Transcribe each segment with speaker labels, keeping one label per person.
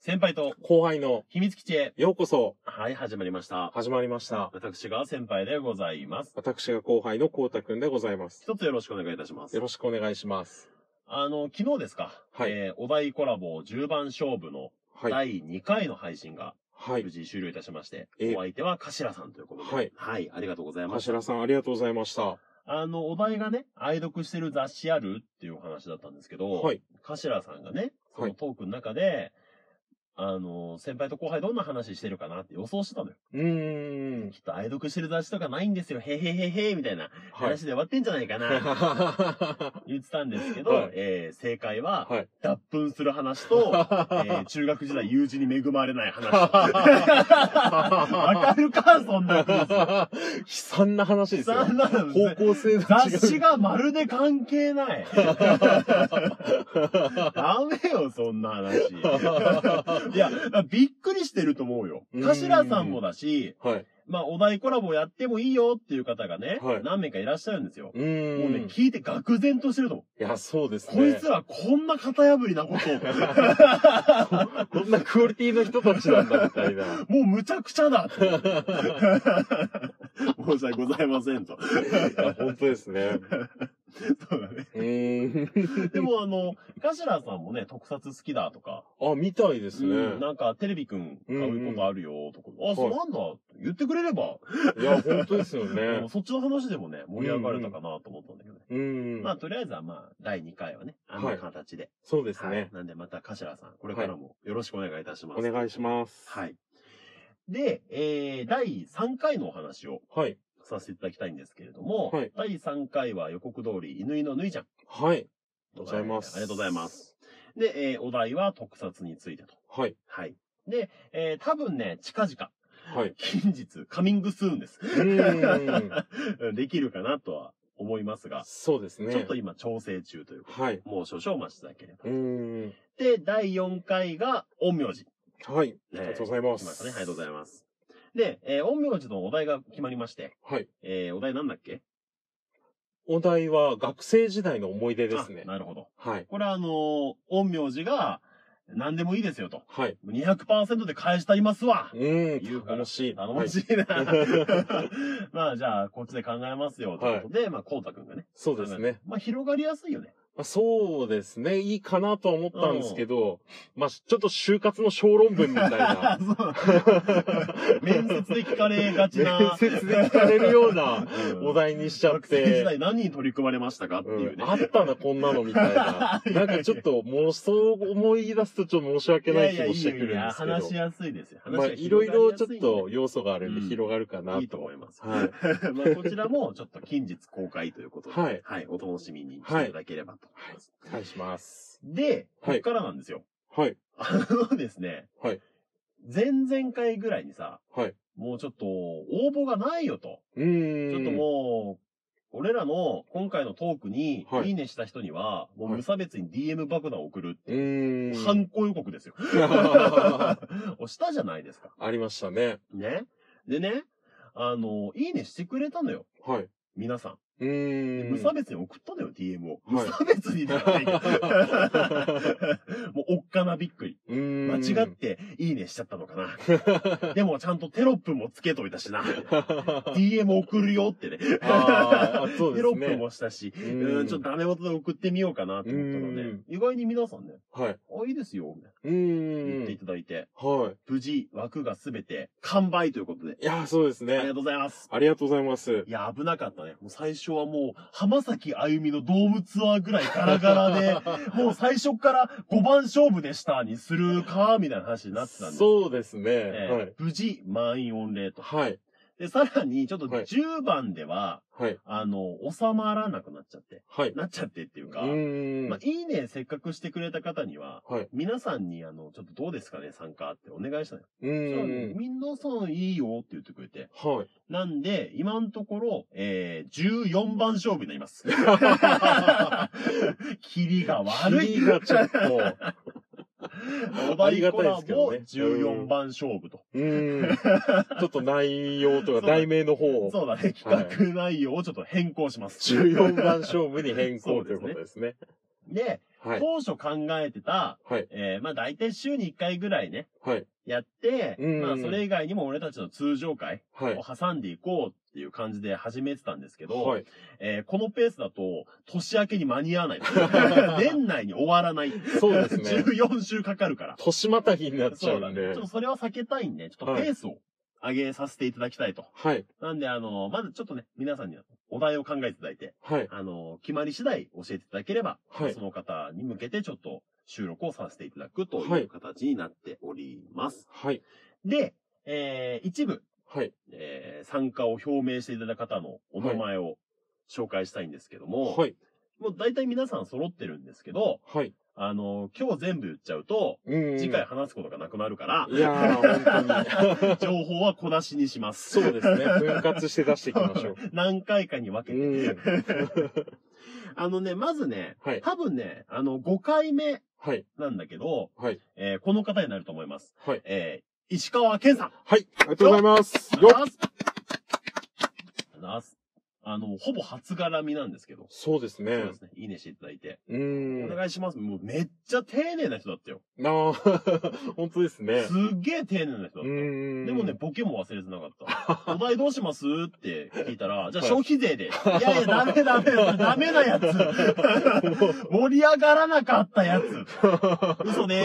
Speaker 1: 先輩と
Speaker 2: 後輩の
Speaker 1: 秘密基地へ。
Speaker 2: ようこそ
Speaker 1: はい、始まりました。
Speaker 2: 始まりました。
Speaker 1: 私が先輩でございます。
Speaker 2: 私が後輩のこうたくんでございます。
Speaker 1: 一つよろしくお願いいたします
Speaker 2: よ。ろしくお願いします。
Speaker 1: あの、昨日ですか。
Speaker 2: はい
Speaker 1: えーお題コラボ10番勝負の
Speaker 2: は
Speaker 1: 第
Speaker 2: い。
Speaker 1: 2回の配信が
Speaker 2: はい
Speaker 1: 無。事終了いたしまして、
Speaker 2: ええ
Speaker 1: お相手は頭さんということで。
Speaker 2: はい
Speaker 1: はい、ありがとうございます。
Speaker 2: 柱さんありがとうございました。
Speaker 1: あの、お題がね、愛読してる雑誌あるっていうお話だったんですけど、
Speaker 2: はい。
Speaker 1: 頭さんがね、そ
Speaker 2: は
Speaker 1: の
Speaker 2: い
Speaker 1: トークの中で、あの、先輩と後輩どんな話してるかなって予想してたのよ。
Speaker 2: うーん
Speaker 1: き。っと愛読してる雑誌とかないんですよ。へへへへ、みたいな
Speaker 2: はい。
Speaker 1: 話で終わってんじゃない かな。
Speaker 2: は
Speaker 1: 言ってたんですけど、
Speaker 2: はい
Speaker 1: えー正解は、
Speaker 2: はい
Speaker 1: 脱粉する話 と、えー中学時代友人に恵まれない話。わかるかそんなクイズ。
Speaker 2: 悲惨な話ですよ。
Speaker 1: 残念なんですね
Speaker 2: 方向性が違う。
Speaker 1: 雑誌がまるで関係ない。ダメよ、そんな 話。いや、びっくりしてると思うよ。
Speaker 2: うん
Speaker 1: 頭さんもだし、
Speaker 2: はい。
Speaker 1: まあ、お題コラボやってもいいよっていう方がね、
Speaker 2: はい
Speaker 1: 何名かいらっしゃるんですよ。
Speaker 2: う
Speaker 1: もうね
Speaker 2: ー、ん。い
Speaker 1: 聞いて愕然としてると思う。
Speaker 2: や、そうですね。
Speaker 1: こいつらこんな型破りな ことを。
Speaker 2: こんなクオリティの人たちなんだ、みたいな。
Speaker 1: もうむちゃくちゃだ って申し訳ございませんと。
Speaker 2: いや、本当です ね。
Speaker 1: そうだね。
Speaker 2: うーん。
Speaker 1: でもあの、頭さんもね、特撮好きだとか、
Speaker 2: あ、みたいですね。
Speaker 1: うんなんかテレビくん買うことあるよとか、あ、そうなんだ、言ってくれれば、
Speaker 2: いや、本当ですよ
Speaker 1: で
Speaker 2: ね
Speaker 1: も。そっちの話でもね、盛り上がれたかなと思ったんだけどね。
Speaker 2: うーん
Speaker 1: ま。あ、とりあえずはまあ、第2回はね、あの形で。
Speaker 2: そうです
Speaker 1: はい
Speaker 2: ね。
Speaker 1: なんでまた、頭さん、これからもよろしくお願いいたします。
Speaker 2: お願いします。
Speaker 1: はい。で、えー、第3回のお話を
Speaker 2: はい。
Speaker 1: させていただきたいんですけれども、
Speaker 2: はい
Speaker 1: 第3回は予告通り、犬のぬいちゃん。
Speaker 2: はい。ございます。
Speaker 1: ありがとうございます。。で、えーお題は特撮についてと。
Speaker 2: はい。
Speaker 1: はい。で、えー多分ね、近々、
Speaker 2: はい。
Speaker 1: 近日、カミングスーンです。
Speaker 2: う ーん。
Speaker 1: できるかなとは思いますが、
Speaker 2: そうですね。
Speaker 1: ちょっと今調整中ということで
Speaker 2: はい。
Speaker 1: もう少々お待ちいただければ
Speaker 2: うー。ん。
Speaker 1: で、第4回が、陰陽師。
Speaker 2: はい。あ
Speaker 1: ね
Speaker 2: りがとうございま
Speaker 1: 来
Speaker 2: す。
Speaker 1: ましたね。ありがとうございます。で、えー、陰陽師のお題が決まりまして、
Speaker 2: はい。
Speaker 1: えー、お題なんだっけ
Speaker 2: お題は学生時代の思い出ですね
Speaker 1: あ。なるほど。
Speaker 2: はい。
Speaker 1: これはあのー、陰陽師が、何でもいいですよと。
Speaker 2: はい。
Speaker 1: 200%で返したりますわ
Speaker 2: う。ー。
Speaker 1: 言うんから
Speaker 2: 楽しい。は
Speaker 1: 楽
Speaker 2: い。
Speaker 1: し いな。まあじゃあ、こっちで考えますよ。ということで、まあ、こうたくんがね。
Speaker 2: そうですね。。
Speaker 1: まあ、広がりやすいよね。
Speaker 2: まあそうですね。いいかなとは思ったんですけど、まあ、ちょっと就活の小論文みたいな。
Speaker 1: そう面接で聞かれがちな。
Speaker 2: 面接で聞かれるような
Speaker 1: うん
Speaker 2: お題にしちゃっ
Speaker 1: 学生時
Speaker 2: て。
Speaker 1: 代何に取り組まれましたかっていう
Speaker 2: うん
Speaker 1: ね。
Speaker 2: あったな、こんなの、みた いな。なんかちょっと、もう、そう思い出すとちょっと申し訳ない気もしてくるんですけど。
Speaker 1: 話しやすいですよ。話
Speaker 2: まあ、
Speaker 1: が
Speaker 2: い
Speaker 1: 広
Speaker 2: ろ
Speaker 1: が
Speaker 2: い
Speaker 1: りやす
Speaker 2: ろちょっ
Speaker 1: んで
Speaker 2: と要素があるんで
Speaker 1: うん
Speaker 2: 広がるかなと。
Speaker 1: いいと思います。
Speaker 2: はい。
Speaker 1: まあ、こちらもちょっと近日公開ということで、
Speaker 2: はい
Speaker 1: お楽しみにしていただければと思います。
Speaker 2: お願いします。
Speaker 1: で、こ
Speaker 2: は
Speaker 1: っ
Speaker 2: い
Speaker 1: からなんです よ。
Speaker 2: はい。
Speaker 1: あのですね、
Speaker 2: はい
Speaker 1: 前々回ぐらいにさ、
Speaker 2: はい。
Speaker 1: もうちょっと応募がないよと。
Speaker 2: うー
Speaker 1: ちょ
Speaker 2: ん。
Speaker 1: っともう、俺らの今回のトークに
Speaker 2: は、い
Speaker 1: いいねした人には、もう
Speaker 2: はい
Speaker 1: 無差別に DM 爆弾を送るって
Speaker 2: う
Speaker 1: いう、
Speaker 2: ーん。
Speaker 1: 犯行予告ですよ。押したじゃないですか。
Speaker 2: ありましたね。
Speaker 1: ね。でね、あの、いいねしてくれたのよ。
Speaker 2: はい。
Speaker 1: 皆さん。
Speaker 2: うーん。
Speaker 1: 無差別に送ったのよ、DM を。無
Speaker 2: はい
Speaker 1: 差別にではないけ どもう、おっかなびっくり。
Speaker 2: うーん。
Speaker 1: 間違って、いいねしちゃったのか な。でも、ちゃんとテロップもつけといたしな。DM 送るよってね。テ
Speaker 2: あーそうですね
Speaker 1: ロップもしたし、
Speaker 2: う
Speaker 1: う
Speaker 2: ー
Speaker 1: ーん、
Speaker 2: ん。
Speaker 1: ちょっとダメ元で送ってみようかなと思ったの
Speaker 2: う
Speaker 1: で
Speaker 2: ん、
Speaker 1: 意外に皆さんね、
Speaker 2: はい。
Speaker 1: あ、いいですよ、みたいうな言ってい
Speaker 2: ーん。
Speaker 1: ただいて、
Speaker 2: は
Speaker 1: 無事、枠がすべて完売ということで、
Speaker 2: い。いや、そうです
Speaker 1: ありがと
Speaker 2: ね
Speaker 1: う。ございます。
Speaker 2: ありがとうございます。
Speaker 1: いや、危なかったね。もう最初はもう、浜崎あゆみのドームツアーぐらいガラガラで、 もう最初から5番勝負でしたにするか、みたいな話になってたんです。
Speaker 2: そうですね。
Speaker 1: えー
Speaker 2: はい。
Speaker 1: 無事、満員御礼と。
Speaker 2: はい。
Speaker 1: で、さらに、ちょっと
Speaker 2: はい
Speaker 1: 10番では、
Speaker 2: はい。
Speaker 1: あの、収まらなくなっちゃって、
Speaker 2: はい。
Speaker 1: なっちゃってっていう
Speaker 2: う
Speaker 1: か、
Speaker 2: ーん。
Speaker 1: まあ、いいね、せっかくしてくれた方には、
Speaker 2: はい。
Speaker 1: 皆さんに、あの、ちょっとどうですかね、参加ってお願いしたのよ。
Speaker 2: う
Speaker 1: そしたらね
Speaker 2: ーん。
Speaker 1: 皆さんいいよって言ってくれて、
Speaker 2: はい。
Speaker 1: なんで、今のところ、えー、14番勝負になり ます。キリが悪い。
Speaker 2: 霧がちょっと。
Speaker 1: お
Speaker 2: あり
Speaker 1: 題
Speaker 2: が
Speaker 1: コ
Speaker 2: たい
Speaker 1: ラ
Speaker 2: ですけど
Speaker 1: ボ
Speaker 2: ね
Speaker 1: 14番勝負と。
Speaker 2: うーん。ちょっと内容と
Speaker 1: そう
Speaker 2: か
Speaker 1: だ
Speaker 2: 題名の方を
Speaker 1: そうだね。企画内容をちょっと変更します。
Speaker 2: 14番勝負に変更ということですね。
Speaker 1: で、
Speaker 2: はい。
Speaker 1: 当初考えてた、
Speaker 2: はい。
Speaker 1: えー、まあ大体週に1回ぐらいね、
Speaker 2: はい。
Speaker 1: やって、
Speaker 2: うん
Speaker 1: まあそれ以外にも俺たちの通常会
Speaker 2: はい
Speaker 1: を。挟んでいこうっていう感じで始めてたんですけど、
Speaker 2: はい。
Speaker 1: えーこのペースだと年明けに間に合わな い。年内に終わらない。
Speaker 2: そうで すね。
Speaker 1: 14週かかるから。
Speaker 2: 年またぎになっちゃ
Speaker 1: そう
Speaker 2: う
Speaker 1: だ
Speaker 2: ん
Speaker 1: ね。
Speaker 2: で。
Speaker 1: ちょっとそれは避けたいんで、ちょっとペースを上げさせていただきたいと。
Speaker 2: はい。
Speaker 1: なんで、あの、まずちょっとね、皆さんにはお題を考えていただいて、
Speaker 2: はい。
Speaker 1: あの、決まり次第教えていただければ、
Speaker 2: はい
Speaker 1: その方に向けてちょっと収録をさせていただくと
Speaker 2: はいいう
Speaker 1: 形になっております。
Speaker 2: はい。
Speaker 1: で、えー、一部、
Speaker 2: はい。
Speaker 1: えー、参加を表明していただいた方のお名前を紹介したいんですけども、
Speaker 2: はい。
Speaker 1: もう大体皆さん揃ってるんですけど、
Speaker 2: はい。
Speaker 1: あの、今日全部言っちゃうと、
Speaker 2: うん。
Speaker 1: 次回。話すことがなくなるから、
Speaker 2: いや ー、本当に。
Speaker 1: 情報は小出しにします。
Speaker 2: そうですね。分割して出していきましょう。
Speaker 1: 何回かに分けて。
Speaker 2: うん。
Speaker 1: あのね、まずね、
Speaker 2: はい。
Speaker 1: 多分ね、あの、5回目
Speaker 2: はい。
Speaker 1: なんだけど、
Speaker 2: はい。
Speaker 1: えーこの方になると思います。
Speaker 2: はい。
Speaker 1: えー石川健さん。
Speaker 2: はい。ありがとうございます。よっ
Speaker 1: っなす。あの、ほぼ初絡みなんですけど。
Speaker 2: そうです
Speaker 1: そう
Speaker 2: ね
Speaker 1: で。すね。いいねしていただいて。
Speaker 2: う
Speaker 1: お
Speaker 2: ん。
Speaker 1: 願いします。もうめっちゃ丁寧な人だったよ。
Speaker 2: なあ、 本当ですね。
Speaker 1: すっげえ丁寧な人だった。
Speaker 2: うん。
Speaker 1: でも ね、、ボケも忘れてなかった。お題どうしますって聞いたら、じゃあ
Speaker 2: はい
Speaker 1: 消費税 で。いやいや、ダメダメ、ダメなやつ。盛り上がらなかったやつ。 嘘で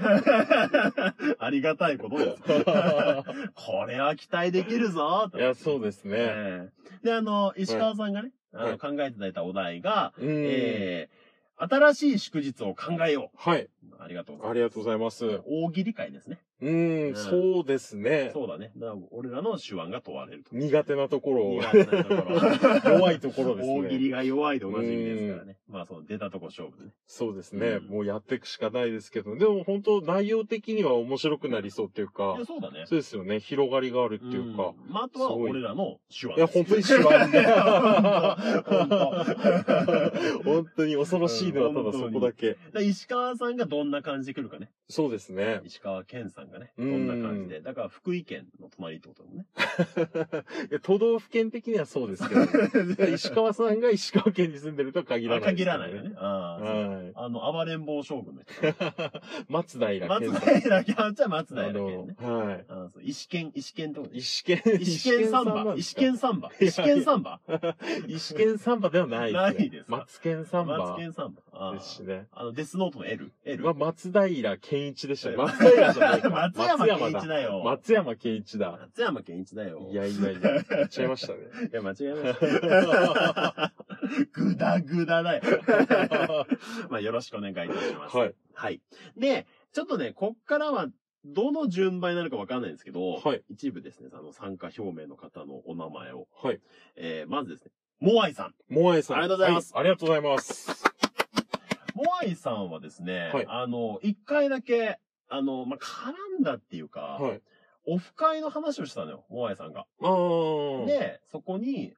Speaker 1: ーす。ありがたいことです。 これは期待できるぞ
Speaker 2: いや、そうです
Speaker 1: う
Speaker 2: ね。
Speaker 1: で、あの、石川さんがね、
Speaker 2: はい
Speaker 1: あの考えていただいたお題が、
Speaker 2: うん。
Speaker 1: えー、新しい祝日を考えよ
Speaker 2: はい。
Speaker 1: う。ありがとうござい
Speaker 2: あ
Speaker 1: ます。
Speaker 2: りがとうございます。
Speaker 1: 大喜利会ですね。
Speaker 2: うん、そうですね。
Speaker 1: そうだね。だから俺らの手腕が問われると。
Speaker 2: 苦手なところを、
Speaker 1: 苦手なところ
Speaker 2: 弱いところですね。
Speaker 1: 大喜利が弱いでおなじみですからね。まあ、その出たとこ勝負でね。
Speaker 2: そうですね。
Speaker 1: うん
Speaker 2: もうやっていくしかないですけど、でも本当内容的には面白くなりそうっていうか
Speaker 1: いや、、そうだね。
Speaker 2: そうですよね。広がりがあるっていうか。
Speaker 1: んまあ、あとは俺らの手腕
Speaker 2: いや、
Speaker 1: です。
Speaker 2: 本当に手腕で
Speaker 1: 本当
Speaker 2: 本当に恐ろしいのはただそこだけ。
Speaker 1: だから石川さんがどんな感じで来るかね。
Speaker 2: そうですね。
Speaker 1: 石川健さんがね、どんな感じで。だから福井県の隣ってことだもんね。
Speaker 2: いや都道府県的にはそうですけど、ね、石川さんが石川県に住んでるとは限ら
Speaker 1: あ
Speaker 2: ない、
Speaker 1: 限らないよね。あー
Speaker 2: はい。
Speaker 1: あの、暴れん坊将軍の人。
Speaker 2: 松平健
Speaker 1: 松
Speaker 2: 太
Speaker 1: 平健、あじゃあ松平
Speaker 2: あ
Speaker 1: 健ね。
Speaker 2: の、はい。
Speaker 1: あーそう石健、石健ってことね
Speaker 2: 石剣、
Speaker 1: 石剣サンバ。石剣サンバ。石剣サンバ。
Speaker 2: 石剣サンバではないです、ね。
Speaker 1: ないですか
Speaker 2: 松剣サン
Speaker 1: マツ
Speaker 2: バ
Speaker 1: ケンサンバ。あ
Speaker 2: で
Speaker 1: ー
Speaker 2: すしね。
Speaker 1: あの、デスノートの L。L。
Speaker 2: まあ、松平健一でしたね。松
Speaker 1: 松
Speaker 2: 平じゃないか。
Speaker 1: 山健一
Speaker 2: だ。
Speaker 1: だよ。
Speaker 2: 松山健一だ。
Speaker 1: 松山健一だよ。
Speaker 2: いやいやいや、言っちゃい ましたね。
Speaker 1: いや、間違えま した。ぐだぐだだよ。 まあ、よろしくお願いいたします。
Speaker 2: はい。
Speaker 1: はい。で、ちょっとね、こっからは、どの順番になるかわかんないんですけど、
Speaker 2: はい
Speaker 1: 一部ですね、あの、参加表明の方のお名前を。
Speaker 2: はい。
Speaker 1: えー、まずですね、モアイさん。
Speaker 2: モアイさん。
Speaker 1: ありがとうございます
Speaker 2: はありがとうございます。
Speaker 1: モアイさんはですね、
Speaker 2: はい
Speaker 1: あの、一回だけ、あの、まあ、絡んだっていうか、
Speaker 2: はい。
Speaker 1: オフ会の話をしたのよ、モアイさんが。
Speaker 2: あー。
Speaker 1: で、そこに、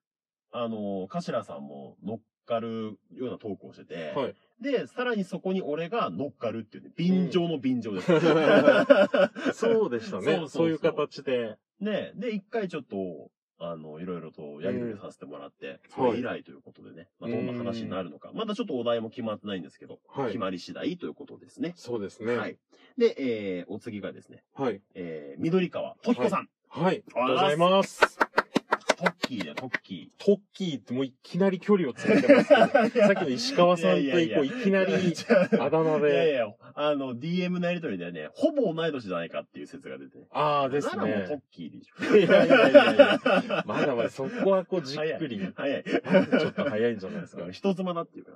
Speaker 1: あの、カシラさんも乗っかるようなトークをしてて、
Speaker 2: はい。
Speaker 1: で、さらにそこに俺が乗っかるっていうね、便乗の便乗です。
Speaker 2: そうでしたね。
Speaker 1: そ
Speaker 2: そう
Speaker 1: そ
Speaker 2: う
Speaker 1: うそう
Speaker 2: いう形で。
Speaker 1: ね、で、一回ちょっと、あの、いろいろとやり取りさせてもらって、それ以来ということでね、まあ、どんな話になるのか、まだちょっとお題も決まってないんですけど、
Speaker 2: は
Speaker 1: 決
Speaker 2: い。
Speaker 1: まり次第ということですね。
Speaker 2: そうですね。
Speaker 1: はい。で、えー、お次がですね、
Speaker 2: はい。
Speaker 1: えー、緑川トキコさん。
Speaker 2: はい。
Speaker 1: あり
Speaker 2: ありがとう
Speaker 1: がとう
Speaker 2: ご
Speaker 1: ござ
Speaker 2: ざ
Speaker 1: い
Speaker 2: います。
Speaker 1: トッキーだよ、トッキ
Speaker 2: トッキーってもういきなり距離を詰めてますけど、 さ
Speaker 1: ー。
Speaker 2: っきの石川さんと
Speaker 1: いやい
Speaker 2: 以
Speaker 1: や
Speaker 2: 降
Speaker 1: い
Speaker 2: いき なりあだ名
Speaker 1: いやい
Speaker 2: で。
Speaker 1: や、あの、DM のやりとりではね、ほぼ同い年じゃないかっていう説が出て。
Speaker 2: ああです
Speaker 1: ならもうトッ
Speaker 2: ね。
Speaker 1: キーでし
Speaker 2: いやいやいやいや。
Speaker 1: ょ。
Speaker 2: まだまだそこはこうじっくり、
Speaker 1: 早い。
Speaker 2: ちょっと早いんじゃないですか。
Speaker 1: 人妻だっていう か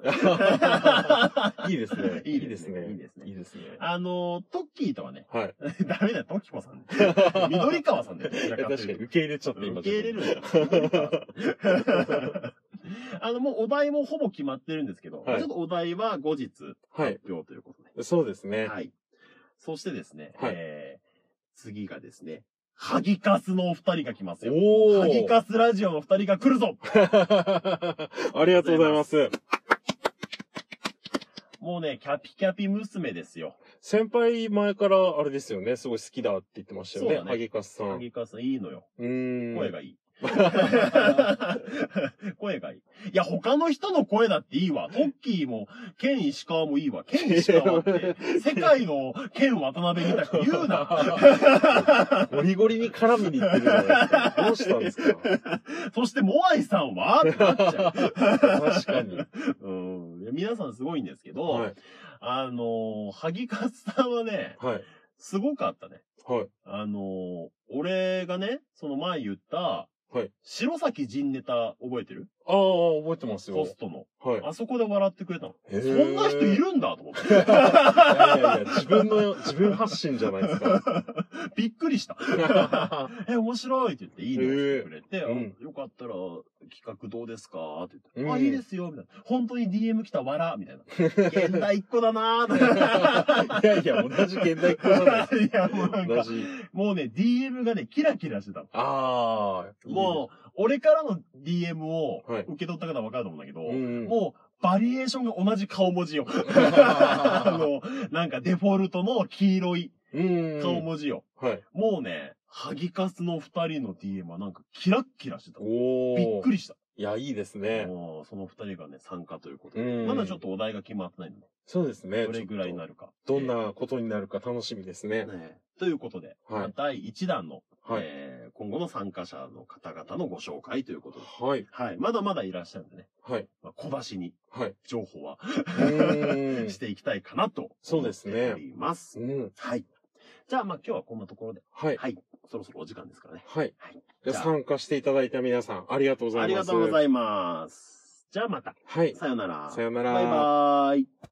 Speaker 1: ら。
Speaker 2: いいですね。
Speaker 1: いいですね
Speaker 2: いいですね。いいですね。
Speaker 1: あの、トッキーとはね、
Speaker 2: はい。
Speaker 1: ダメだよ、トキコさんね。 緑川さんだよ。
Speaker 2: いや確かに受け入れちゃって今。
Speaker 1: 受け入れるんだよ緑川さん。 あの、もうお題もほぼ決まってるんですけど、
Speaker 2: はい
Speaker 1: ちょっとお題は後日
Speaker 2: はい
Speaker 1: 発。表ということで。
Speaker 2: そうですね。
Speaker 1: はい。そしてですね、
Speaker 2: はい
Speaker 1: えー、次がですね、ハギカスのお二人が来ますよ。
Speaker 2: おお。
Speaker 1: ハギ カスラジオの二人が来るぞ
Speaker 2: ありがとうございます。
Speaker 1: もうね、キャピキャピ娘ですよ。
Speaker 2: 先輩前からあれですよね、すごい好きだって言ってましたよ
Speaker 1: そう
Speaker 2: ね、
Speaker 1: だね
Speaker 2: ハゲカスさ
Speaker 1: ハ
Speaker 2: ん。う
Speaker 1: ギカスいいのよ。
Speaker 2: ーん。
Speaker 1: 声がいい。声がいい。いや、他の人の声だっていいわ。トッキーも、ケン石川もいいわ。ケン石川 って、世界のケン渡辺みたいに言うな。
Speaker 2: ゴリゴリに絡みに行ってるじゃないです か。どうしたんですか
Speaker 1: そして、モアイさんはってなっちゃう。
Speaker 2: 確かに。
Speaker 1: うん。いや皆さんすごいんですけど、
Speaker 2: はい。
Speaker 1: あのー、萩勝さんはね、
Speaker 2: はい。
Speaker 1: すごかったね。
Speaker 2: はい。
Speaker 1: あのー、俺がね、その前言った、
Speaker 2: はい
Speaker 1: 白崎陣ネタ覚えてる
Speaker 2: ああ、覚えてます
Speaker 1: ホ
Speaker 2: よ
Speaker 1: ス。トの。
Speaker 2: はい。
Speaker 1: あそこで笑ってくれたの。
Speaker 2: そ
Speaker 1: そんな人いるんだと思って。
Speaker 2: いやいやいや、自分の、自分発信じゃないですか。
Speaker 1: びっくりした。え、面白いって言って、いいね
Speaker 2: へえ
Speaker 1: してくれて、あ
Speaker 2: うん
Speaker 1: よかったら企画どうですかって言って、
Speaker 2: うん
Speaker 1: あ、いいですよ、みたいな。本当に DM 来た笑みたい な。現代っ子だなー
Speaker 2: いやいや、同じ現代っ子じゃな い
Speaker 1: って。いや、もうなん
Speaker 2: 同
Speaker 1: か、
Speaker 2: じ。
Speaker 1: もうね、DM がね、キラキラしてたの。
Speaker 2: ああ。
Speaker 1: もう、俺からの DM を
Speaker 2: はい
Speaker 1: 受け取った方はわかると思うんだけど、
Speaker 2: うん、
Speaker 1: もう、バリエーションが同じ顔文字 よ。あ
Speaker 2: う
Speaker 1: の、なんかデフォルトの黄色い
Speaker 2: ん、
Speaker 1: 顔文字よ。
Speaker 2: はい。
Speaker 1: もうね、ハギカスの二人の DM はなんかキラッキラしてた。
Speaker 2: おお。
Speaker 1: びっく
Speaker 2: り。
Speaker 1: りした。
Speaker 2: いや、いいですね。
Speaker 1: もうその二人がね、参加ということ
Speaker 2: う
Speaker 1: で。
Speaker 2: ん。
Speaker 1: まだちょっ。とお題が決まってないので、
Speaker 2: そうですね。
Speaker 1: どれぐらいにな
Speaker 2: る
Speaker 1: るか。
Speaker 2: どんなことになるか楽しみですね。
Speaker 1: ねということで、
Speaker 2: はい。
Speaker 1: 第1弾の、
Speaker 2: はい。
Speaker 1: えー今後の参加者の方々のご紹介ということで。
Speaker 2: はい。
Speaker 1: はい。まだまだいらっしゃるんでね。
Speaker 2: はい。
Speaker 1: まあ、小出しに
Speaker 2: はい。
Speaker 1: 情報は
Speaker 2: う ん
Speaker 1: し。ていきたいかなと。
Speaker 2: そうですね
Speaker 1: おります。
Speaker 2: うん。
Speaker 1: はい。じゃあまあ今日はこんなところで。
Speaker 2: はい。
Speaker 1: はい。そろそろお時間ですからね。
Speaker 2: はい
Speaker 1: はい。
Speaker 2: じゃあ参加していただいた皆さん、ありがとうございます。
Speaker 1: ありがとうござ
Speaker 2: い
Speaker 1: います。じゃあまた。
Speaker 2: ます。はい。
Speaker 1: さよなら。
Speaker 2: さよなら。
Speaker 1: バイバーイ。